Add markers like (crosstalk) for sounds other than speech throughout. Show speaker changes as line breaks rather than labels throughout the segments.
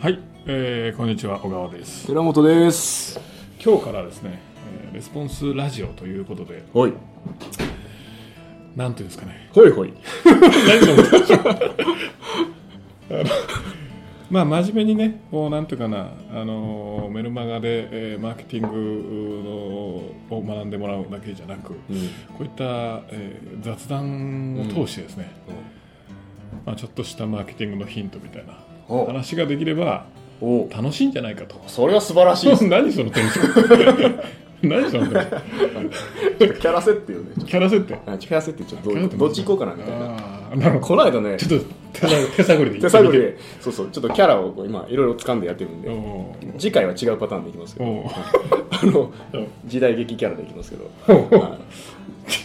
はい、えーこんにちは小川です
寺本です
今日からですね、えーレスポンスラジオということで
はい
なんていうんですかね
ほいほい
大丈夫ですかあのまあ真面目にねこうなんていうかなあのーメルマガで、えーマーケティングのを学んでもらうだけじゃなく、こういった、えー雑談を通してですね、まあ、ちょっとしたマーケティングのヒントみたいな
お
話ができれば
お
楽しいんじゃないかと
それは素晴らしいで
(laughs)
す
何そのテンション (laughs) 何そのテンション
(laughs) キャラ設定よねちょっ
キャラ設定
とあキャラ設定ちょっと
キャラ
ど
設定
どっち行こうかなみたいな
あーなるほど
この間ね
ちょっと手探手探りで
手探りでそうそうちょっとキャラをこう今いろいろ掴んでやってるん
お
で次回は違うパターンでいきますけ
お
ど
お
あの時代劇キャラでいきますけど、はい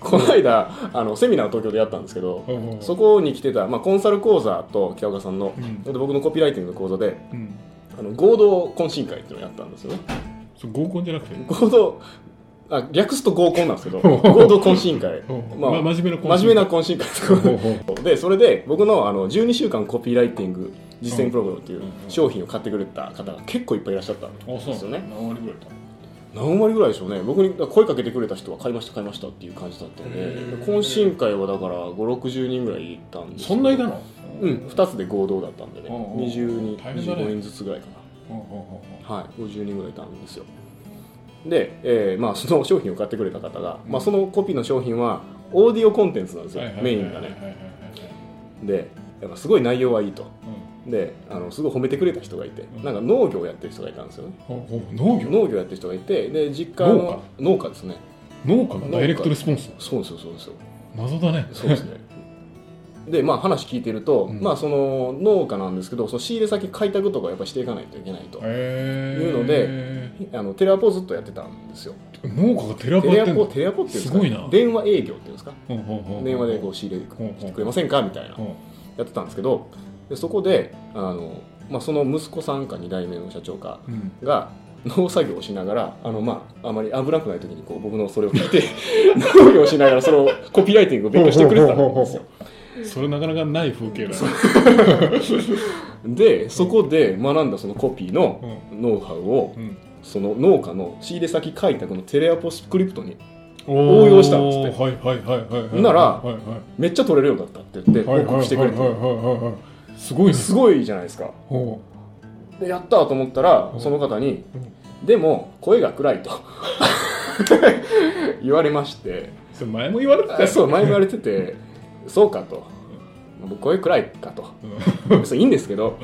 この間あのセミナーを東京でやったんですけ
う
ど
ん
そこに来てた、まあ、コンサル講座と北岡さんの、
うん
で僕のコピーライティングの講座で
うん
あの合同懇親会っていうのをやったんですよね
そう合コンじゃなくて
合同あ略すと合コンなん
(laughs)
ですけど
お
合同懇親会
(laughs) お、
まあ、
ま真面目な懇親会
真面目な懇親会
おうおう
とかでそれで僕のあの12週間コピーライティング実践プログラムっていう商品を買ってくれた方が結構いっぱいいらっしゃったん
あ
ですよね
何割ぐらいだ
何割ぐらいでしょうね僕に声かけてくれた人は買いました買いましたっていう感じだったんで
へー
懇親会はだから560人ぐらいいたんですけ
そ
ど
んないたの
うん2つで合同だったんでね
おうおう
20人
大変だね
25人ずつぐらいかな
おうおうおう
はい、50人ぐらいいたんですよで、えーまあ、その商品を買ってくれた方が、まあ、そのコピーの商品はオーディオコンテンツなんですよ、
はいはいはいはい
メインが
はい
ね
はいはい
でやっぱすごい内容はいいと
うん
であのすごい褒めてくれた人がいて、
うん
なんか農業をやってる人がいたんですよね
おうおう農業
農業やってる人がいてで実家の農家ですね
農家がダイレクトレスポンス
そうですよそうですよ
謎だね
そう
(laughs)
ですねでまあ話聞いてると、
うん
まあその農家なんですけどその仕入れ先開拓とかやっぱしていかないといけないと、
へー
いうのあのテレアポずっとやってたんですよ
農家がテレアポ
テレ
やっ
ア
てん
ポ
の
テレアポっていうんですか
すごいな
電話営業っていうんですか
ほうほうほう
電話でこう仕入
う
れ
ん
してくれませんかみたいな
ほう
やってたんですけどでそこであの、まあ、その息子さんか2代目の社長か
うん
が農作業をしながらあの、まあ、あまり危なくない時にこう僕のそれを聞
(laughs)
いて農業をしながらそのコピーライティングを勉強してくれてたんですよ
それなかなかない風景だね
でそこで学んだそのコピーの
う
ノウハウを
うん
その農家の仕入れ先開拓のテレアポスクリプトに
応
用したんですっ
はいはいはいはいはい
なら
はいはい
めっちゃ取れるようになったって言って
はい
報
はいはい
告してくれ
はい
て
はいはいすごいね
すごいじゃないですか
おう
でやったと思ったら
うん
その方に
うん
「でも声が暗い」と (laughs) 言われまして
それ前も言われてた
あ
よ
そう前も言われてて「そうか」と「僕声暗いか」と
うん
「別にいいんですけど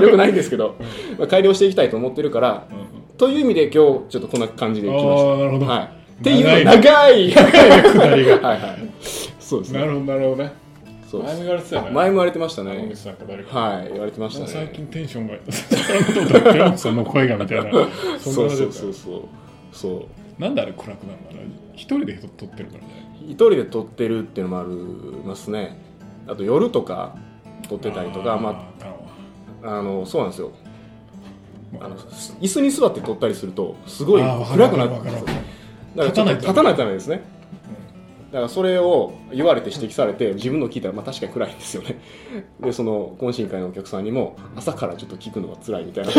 よくないんですけど、まあ、改良していきたいと思ってるから」という意味で今日ちょっとこんな感じで来まし
ああなるほ
た。
ど
はい、っていう
長いね
長い
下りが
(laughs) はいはいそうです
な
ね
るほどなるほどね
そうで
前も
す
言われてたよね
前も言われてました
山
ね
口さんか誰か
はい言われてましたね
最近テンションがそんなことだって山口さんの声がみたいなそんな
そう
話だっ
そう
た
そう
よ
そうそう
なんであれ暗くなるんだろう一人で撮ってるからじゃない
一人で撮ってるっていうのもありますねあと夜とか撮ってたりとかま
あーあかんわ
あ、あのそうなんですよ
まあ
あの椅子に座って撮ったりするとすごい
あーわかる
暗くなっ
わか
て
るわかる
だからちょっ
立
と立
た
た
な
ないいためですねだからそれを言われて指摘されて自分の聞いたら、まあ、確かに暗いんですよねでその懇親会のお客さんにも朝からちょっと聞くのが辛いみたいな (laughs) こ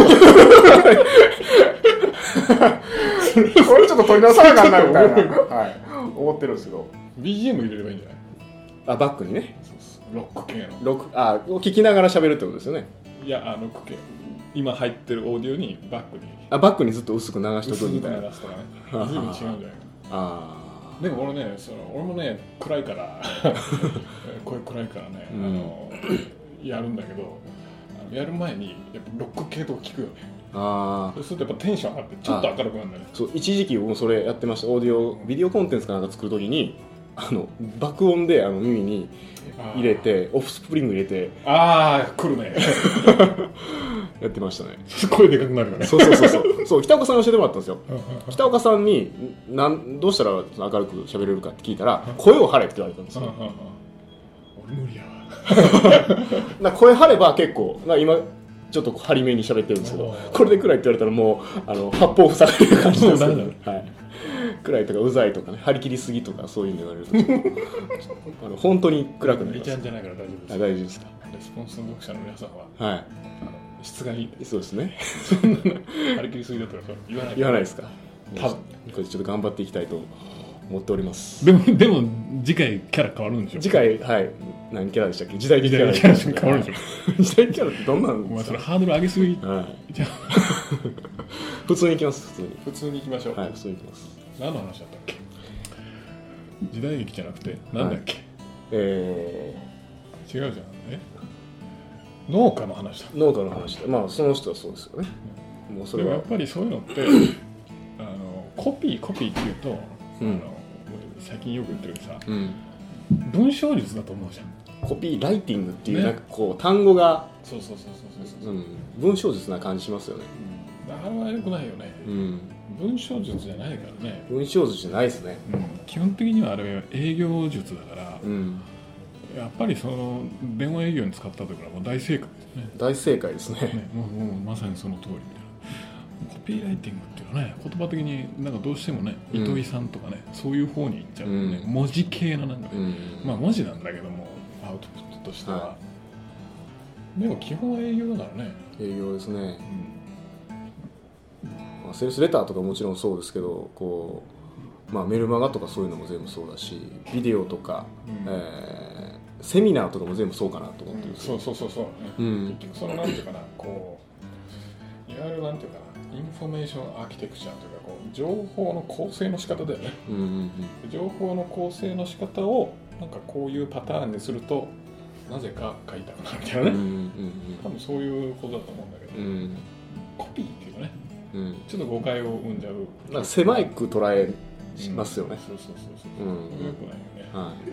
れちょっと撮り直さなあかんなみたい (laughs) な、はい、思ってるんですけど
BGM 入れればいいんじゃない
あバックにね
ロック系の
録あを聞きながら喋るってことですよね
いやあのクケ今入ってるオーディオにバックに
あバックにずっと薄く流しと
薄
く
く流
み
すと
た
か
いな
ね随分違うんじゃないか
あ
なでも俺ねその俺もね暗いから (laughs) 声暗いからね、
うん
あのやるんだけどあのやる前にやっぱロック系とか聞くよね
ーあー
そうするとやっぱテンション上がってちょっと明るくなるんだよね
そう一時期僕もそれやってましたオーディオビデオコンテンツかなんか作るときにあの爆音であの耳に入れてオフスプリング入れて
あーあー来るね
やってましたね
(laughs) 声でかくなるよね
そうそうそうそうそう北岡さんに教えてもらったんですよ
うんうん
北岡さんになんどうしたら明るく喋れるかって聞いたら声を張れって言われたんです
うんう
よ
んうん俺無理やわ
なんか声張れば結構なんか今ちょっと張り目に喋ってるんですけ
お
ど
ー
これで暗いって言われたらもうあの八方塞がれる感じです
も
よ
うダメ
ね、はい、暗いとかうざいとかね張り切りすぎとかそういうの言われるとちょっとちょっとあの本当に暗くな
無理
りま
ち
す
ゃ
あ
んじゃないから大丈夫
大
で
丈夫ですか
すレスポンスの読者の皆さんは
はい
質がいいんで
そうですね
そんなの張り切りすぎだったらそう言わない
言わないですか
多分
これちょっと頑張っていきたいと思っております
でも (laughs) でも次回キャラ変わるんでしょ
次回はい何キャラでしたっけ時代的
時
キャラ
代キャラ変わるんでしょ
時代キャラってどんな
お
んで
前
す
それ
か、
ハードル上げすぎ
はい、
じゃ
普通に行きます普通に
あ普通に行きましょう、
はい普通に行きます
何の話だったっけ時代劇じゃなくてなんだっけ、
え
違うじゃんえ農家の話だ
ー、農家の話でまあその人はそうですよねもうそ
で
れ
もやっ
は
ぱりそういうのって (coughs) あのコピーコピーっていうと、
うん
あの最近よく言ってるけどさ
うん
文章術だと思うじゃん
コピーライティングっていう
ね
なんかこう単語が、
そうそうそうそうそう
う
うん
ん、文章術な感じしますよね、
あれは良くないよね、
うん、
文章術じゃないからね、
文章術じゃないですね
基本的にはあれは営業術だから、
うん
やっぱりその電話営業に使った時からもう大正解です
(laughs)
ね
大正解ですね
ねもうもうまさにその通りみたいなコピーライティングっていうのはね言葉的になんかどうしてもね
うん
糸井さんとかね、そういう方に行っちゃうよね、
うん
文字系のなんかね、
うん
まあ文字なんだけどもアウトプットとしては、
は
でも基本は営業だからね、
営業ですね、まあ、セールスレターとかもちろんそうですけどこう、まあ、メルマガとかそういうのも全部そうだしビデオとか、
うん
えーセミナーとかも全部そうかなと思ってるんです
そ
よ
うそうそうそう、
うん
結局そのなんていうかなこういわゆるなんていうかなインフォメーションアーキテクチャというかこう情報の構成の仕方だよね
うんうん
情報の構成の仕方をなんかこういうパターンにするとなぜか書いたくなるみたい
うんう
なね、
ん
多分そういうことだと思うんだけど、
うんうん
コピーっていうかね
うんうん
ちょっと誤解を生んじゃう
なんか狭く捉えますよね、
そうそうそうそう
うん
よくないよね、
はい、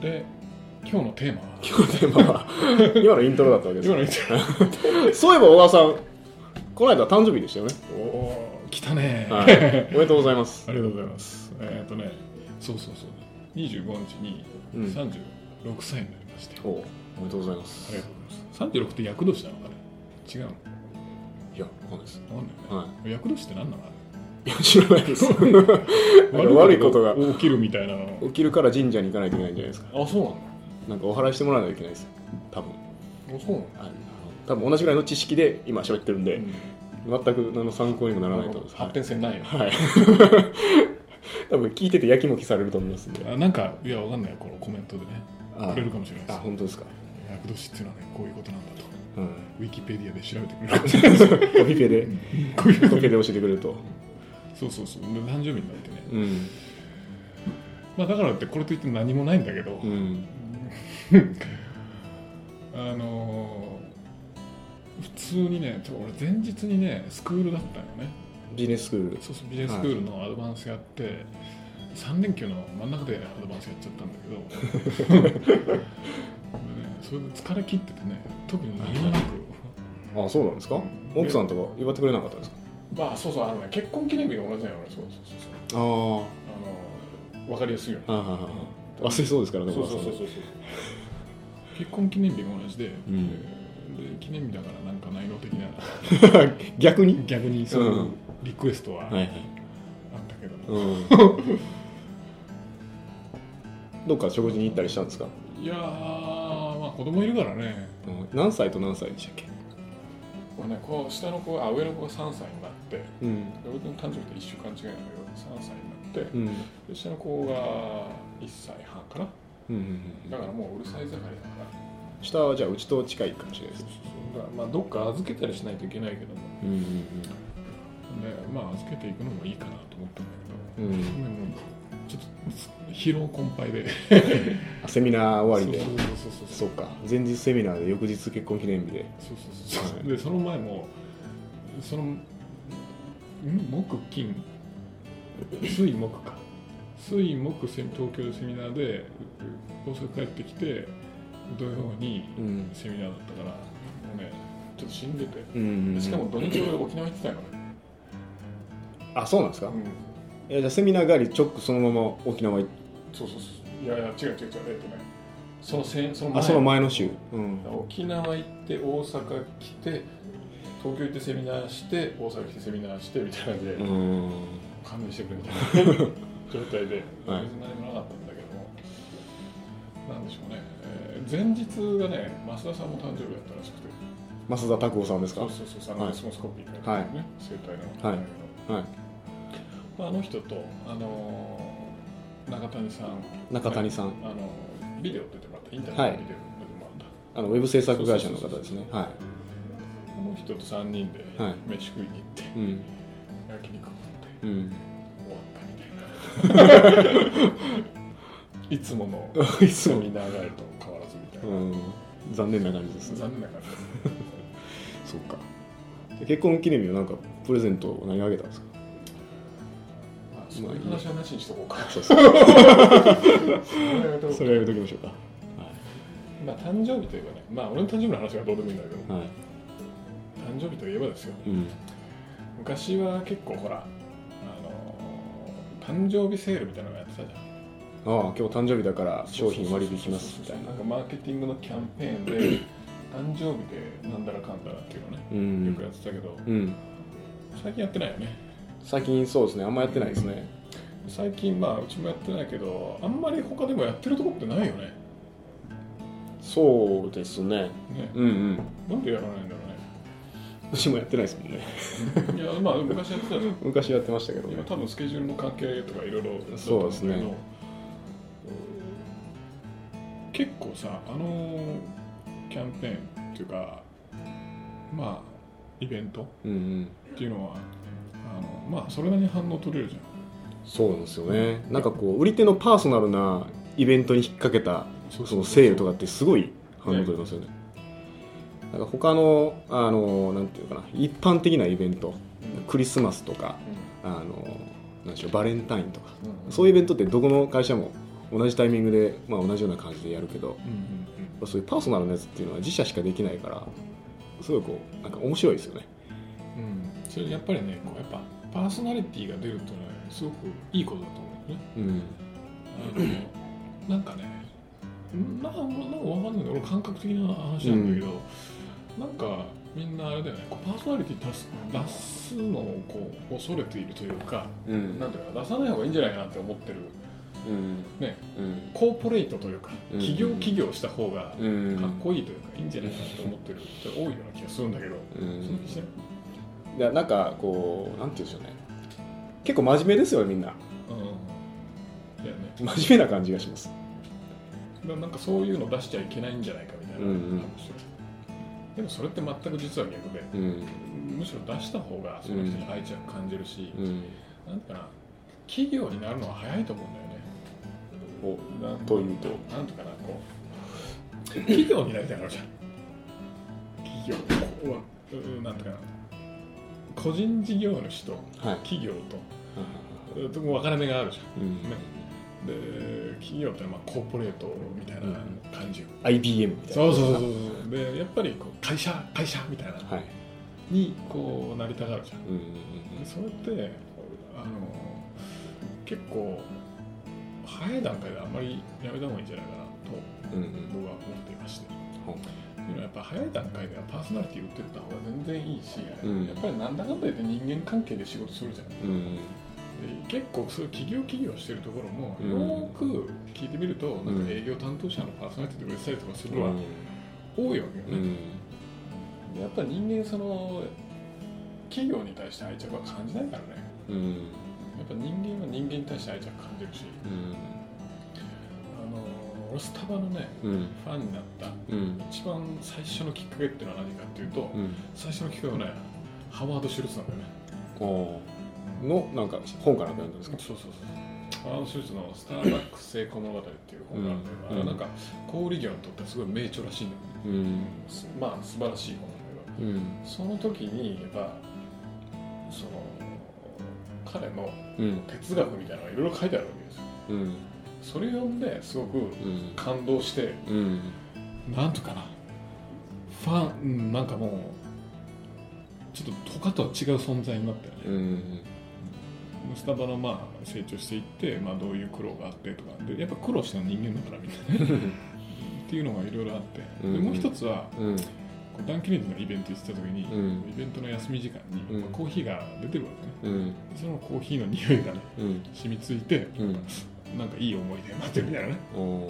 で今日のテーマは
今日のテーマ
(laughs)
は今のイントロだったわけです
今
よ
の言ってた
そういえば小川さんこの間誕生日でしたよね、
おおー来たね、
はい、
(laughs)
おめでとうございます
ありがとうございます。えーっとね、そうそうそう、25日に
うん
36歳になりまして、
おおめでとうございま
あ
す
りがとうございます。36って厄年なのかね違うの
いやわかんないです
わかんないよね。
はい
厄年って何なのか
いや知らないです
(laughs) ね
悪いことが
起きるみたいなの。
起きるから神社に行かないといけないんじゃないですか
あ、そうなん
なんかお祓いしてもらわないといけないですよ多分
だ。あ、そうなん
あの多分同じぐらいの知識で今喋ってるんで、
だ。
全く何の参考にもならないと思います
発展性ないよ。
はい (laughs) 多分聞いててやきもきされると思いますんで
あなんか、いや、わかんないよ、このコメントでね、
あ
くれるかもしれないで
あ
す。
本当ですか
厄年っていうのはね、こういうことなんだと。
うん
ウィキペディアで調べてくれる。
コピペで
こういう
コ
こと
ピペで教えてくれると
そうそうそう。で誕生日になってね。
うん
まあ、だからって、これといって何もないんだけど
う、ん
(laughs) あのー普通にねちょ俺前日にねスクールだったよね
ビジネススクール
そうそうビジネススクールのアドバンスやって、三3連休の真ん中でアドバンスやっちゃったんだけ (laughs) ど、でね、それで疲れ切っててね特に何もなく
あそうなんですか奥さんとか祝ってくれなかったんですか
まあそうそうあのね結婚記念日が同じだよ俺そうそうそうそう
ああは
あの分かりやすいよね
いはいはい忘れそうですからね
そうそうそう
お母さ
そ
ん
う結婚記念日が同じで,、
うん
で記念日だからなんか内容的な
逆に
逆にそうの
ん
リクエストはあ
は
っ
いはい
たけど、
うん (laughs) どっか食事に行ったりしたんですか
い、やーまあ子供いるからね,、
うん何歳と何歳でしたっけ
まあ、ねこう下の子あ上の子が3歳になってで
うん
僕の誕生日と1週間違いなんだけど3歳になって
うん
で下の子が1歳半かな
うん
だからもううるさい盛りだから
下はじゃあうちと近いかもしれないです
そうそうだからまあどっか預けたりしないといけないけども
うん
でまあ預けていくのもいいかなと思ったんだけ
うんうんうん
ど、ごめんもうちょっと疲労困憊で
あセミナー終わりで
そうそうそうそう
そうか前日セミナーで翌日結婚記念日で
そうそうそう、
はい
でその前もそのん木金水木か水木セミ東京セミナーでう大阪帰ってきて土曜に
うん
セミナーだったからもうねちょっと死んでて
うん
でしかも土日俺沖縄行ってたよね、
あそうなんですか
うん、
いやじゃあセミナー帰り直そのまま沖縄行っ
そうそうそういやいや違う違う違うえっとねそのせんその前
あその前の週うん
沖縄行って大阪来て東京行ってセミナーして大阪来てセミナーしてみたいな感じで、
うん
勘弁してくれみたいな状態で、別
はい
に何もなかったんだけども、なんでしょうね、えー前日がね増田さんも誕生日だったらしくて
増田拓夫さんですか
そうそうそうあの
はい
レスポンスコピーってやつね、生体の、
はいはい
まあ、あの人と、あのー中谷さん
中谷さん、
あのビデオ出てもらったインタビューのビデオ出てもらっ
あのウェブ制作会社の方ですねは
た、この人と3人で
はい
飯食いに行って、
いうん
焼肉食って
うん
終わったみたいな
(laughs)
いつもの
いつ
セ
も
ミナーガイドと変わらずみたいな、
うん残念な感じですね
残念ながら
そうかで結婚記念日はなんかプレゼント何あげたん (laughs) ですか
まあ、そういう話はなしにしとこうか
そうそう
そ
そ
れ
れやめときましょうか
まあ誕生日といえばねまあ俺の誕生日の話はどうでもいいんだけど
はい、はい、
誕生日といえばですよ
うん
昔は結構ほらあのー誕生日セールみたいなのやってたじゃん
ああ今日誕生日だから商品割引きますみたいな
なんかマーケティングのキャンペーンで誕生日でなんだらかんだらっていうのね
う
よくや
ん、
ってたけど
うん、
最近やってないよね
最近そうですねあんまやってないですね
最近まあうちもやってないけどあんまり他でもやってるとこってないよね
そうですね
ね
うんうん
なんでやらないんだろ
うちもやってないですもんね (laughs)
うねいやまあ昔やってたじゃん
昔やってましたけど
今
ね
多分スケジュールの関係とかいろいろだと思んだけど
そうですね
結構さあのキャンペーンっていうかまあイベント
うんうん
っていうのはあのまあそれなりに反応取れるじゃん
そうなんですよねなんかこう売り手のパーソナルなイベントに引っ掛けたそのセールとかってすごい反応取れますよねなんか他のあのなんていうのかな一般的なイベントクリスマスとかあのなんでしょうバレンタインとかそういうイベントってどこの会社も同じタイミングで、まあ、同じような感じでやるけど
うんうん
そういうパーソナルなやつっていうのは自社しかできないからすごいこうなんか面白いですよね
うんうんそれやっぱりねこうやっぱパーソナリティが出るっていうのはすごくいいことだと思うよね
うん
あのなんかねなんかなんかわかんないけど俺感覚的な話なんだけど、なんかみんなあれだよねこうパーソナリティ出す出すのをこう恐れているというか
う
なんていうかな出さない方がいいんじゃないかなって思ってる
うん
ね
うん
コーポレートというか
うん
企業企業した方が
うん
かっこいいというか、いいんじゃないかなと思ってる人が多いような気がするんだけど、
う
そ
ん
の気しない
いやなんかこうなんて言うんでしょうね結構真面目ですよねみんな
うんだよね
真面目な感じがします
だからなんかそういうの出しちゃいけないんじゃないかみたいな話
うんうん
でもそれって全く実は逆で
うん
むしろ出した方がその人に愛着感じるし、
うん
なんていうかな企業になるのは早いと思うんだよね
お
なん
というと
なんとかなこう企業になりたいからじゃん企業こうはうんなんとかな個人事業主と
はい
企業とうん分かれ目があるじゃ
うん
ん、ね、で企業ってまあコーポレートみたいな感じよ、
IBM みたいな
そうそうそうそうでやっぱりこう会社会社みたいな
はい
にこうなりたがるじゃん
うんうん
でそれってあの結構早い段階であんまりやめた方がいいんじゃないかなと
うんうん
僕は思っていまして
ほう
というのはやっぱ早い段階ではパーソナリティ打ってった方が全然いいし、
うん
やっぱりなんだかんだ言って人間関係で仕事するじゃんで
うん
結構そういう企業企業してるところも
うん
よーく聞いてみると、なん
うん
か営業担当者のパーソナリティで売れてたりとかする
う
のは
ん
多いわけよ
う
ね、
ん
やっぱり人間その企業に対して愛着は感じないからね
うん
やっぱ人間は人間に対して愛着感じるし、
うん
あのー俺スタバのね
うん
ファンになった
うん
一番最初のきっかけっていうのは何かっていうと、
うん
最初のきっかけはねハワード・シュルツなんだよね
おーのなんか本かなんか読んだんです
そう
か
そうそうハワード・シュルツの「スターバックス成功物語」っていう本があるんだけど、
うん
あれはなんか小売業にとってはすごい名著らしいんだよね
うん
すまあ素晴らしい本なんだけど
うん
その時にやっぱその彼の
うん
哲学みたいなのがいろいろ書いてあるわけですよ
うん
それ読んですごく
うん
感動して、
うん
なんとかなファンうんなんかもうちょっと他とは違う存在になったよね、
うん
スタバのまあ成長していって、まあ、どういう苦労があってとかでやっぱ苦労した人間だからみたいなねっていうのがいろいろあって、
うんう
で
ん
もう一つは
うん
こうダン・キネディのイベント行ってた時に、
うん
イベントの休み時間に、
うん
まあコーヒーが出てるわけね
うん
でそのコーヒーの匂いがね
うん
染みついて
うん
なんかいい思い出になってるみたいなね
おー
っ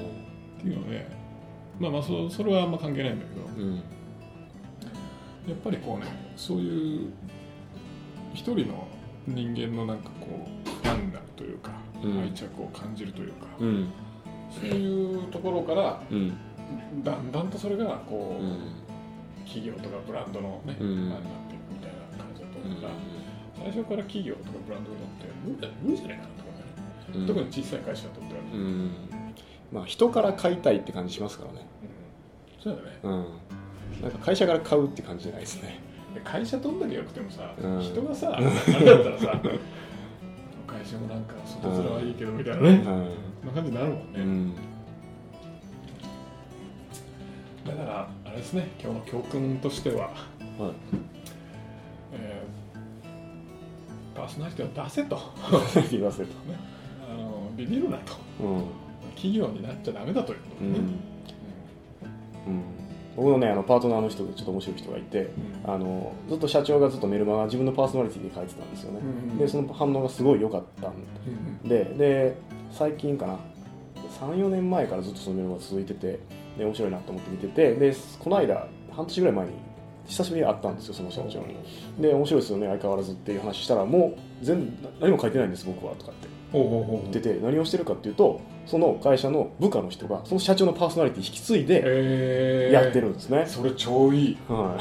ていうのでまあまあそそれはあんま関係ないんだけど
うん
やっぱりこうねそういう一人の人間のなんかこうファンになるというか、
うん
愛着を感じるというか、
うん
そういうところから
うん
だんだんとそれがこ
う
う、
ん
企業とかブランドのね、
うん
ファンになっていくみたいな感じだと思うから、最初から企業とかブランドになって無理だ無理じゃないかなと思うんだよね、
うん
特に小さい会社だと思ったら、うん
うんまあ人から買いたいって感じしますからね
そうだよね
うんなんか会社から買うって感じじゃないですね
で会社どんだけ良くてもさ、
うん
人が
(laughs)
さあれだったらさ会社もなんか外面はいいけどみたいなね、
う
な感じになるもんね、
んうん
だからあれですね今日の教訓としては、
はい
えーパーソナリティを出せと
言わせると
あのビビるなと
うん
企業になっちゃダメだということ
う
ね、
んうん僕のねあのパートナーの人でちょっと面白い人がいて
うん
あのずっと社長がずっとメルマガ自分のパーソナリティで書いてたんですよね、
うん
でその反応がすごい良かったん
うん
でで最近かな34年前からずっとそのメルマガ続いててで面白いなと思って見ててでこの間半年ぐらい前に久しぶりに会ったんですよその社長にで面白いですよね相変わらずっていう話したらもう全部何も書いてないんです僕はとかって
ほうほうほうほう
言ってて何をしてるかっていうとその会社の部下の人がその社長のパーソナリティ引き継いで
えー
やってるんですね、
それ超いい
は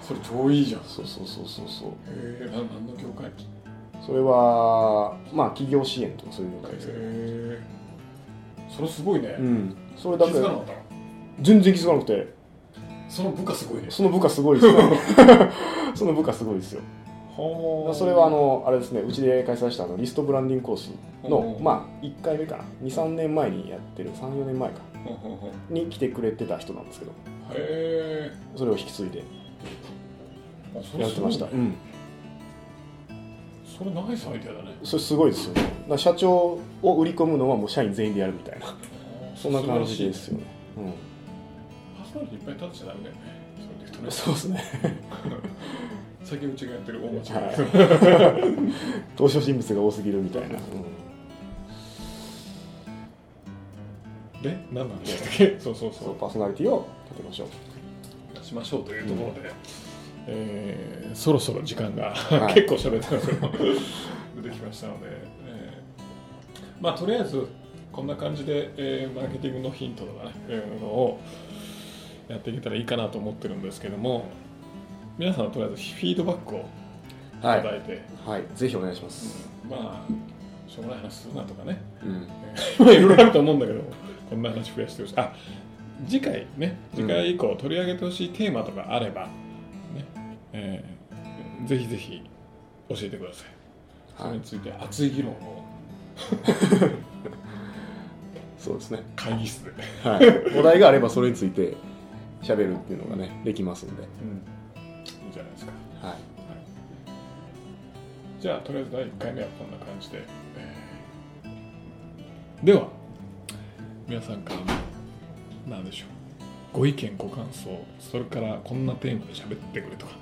い
それ超いいじゃんへ
そうそうそうそうそう
えー、な何の業界へ
それはまあ企業支援とかそういうのがですけど、
えー、それすごいね、
うん、それ
気
だけ
づかなかったの
全然気づかなくて
その部下すごいね
その部下すごいですよ (laughs) その部下すごいですよ
は
それはあのあれですねうちで開催したあのリストブランディングコースの
うん
まあ1回目かな23年前にやってる34年前か
ほうほうほう
に来てくれてた人なんですけど
へえ
それを引き継いで
あそれ
やってました、
す
う
ごいね
ん、
それナイスアイデアだね
それすごいですよねだから社長を売り込むのはもう社員全員でやるみたいなそんな感じです
よ
よね、
パーソナリティいっぱい立てちゃダメだよねそれで言うと
う
ね
ん、そうですね
最近うちがやってる大町 (laughs)
はい
が、
(laughs) 登場人物が多すぎるみたいな、うん
で何なんでしたっけそうそう
そ
そう
パーソナリティを立てましょう
うしましょうというところで、えーそろそろ時間が、
はい
(laughs) 結構喋ったんですけど出てきましたので、えーまあとりあえずこんな感じで、えーマーケティングのヒントとかね、いうのをやっていけたらいいかなと思ってるんですけども皆さんはとりあえずフィードバックをい
は
ただい
い、
て、
はい、ぜひお願いします、
まあしょうもない話するなとかね
うん
まあいろいろあると思うんだけど、こんな話増やしてほしい。あ次回ね、次回以降取り上げてほしいテーマとかあれば、ねえーぜひぜひ教えてください。そ
は
れに
い、
ついて熱い議論を
そうですね、
会議室で、
(laughs) はい、お題があればそれについて喋るっていうのがねできますんで、
(laughs) いいじゃないですか。
はい、
じゃあ、とりあえず第1回目はこんな感じで。えーでは、皆さんからの、なんでしょう、ご意見、ご感想、それからこんなテーマで喋ってくれとか、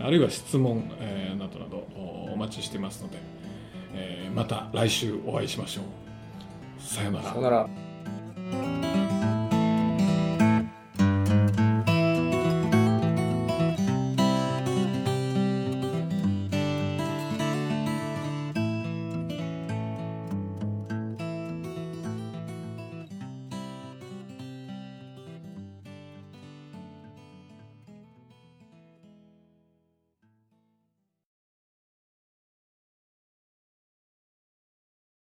あるいは質問、えーなどなどおお待ちしてますので、えーまた来週お会いしましょう。さようなら
さよ。なら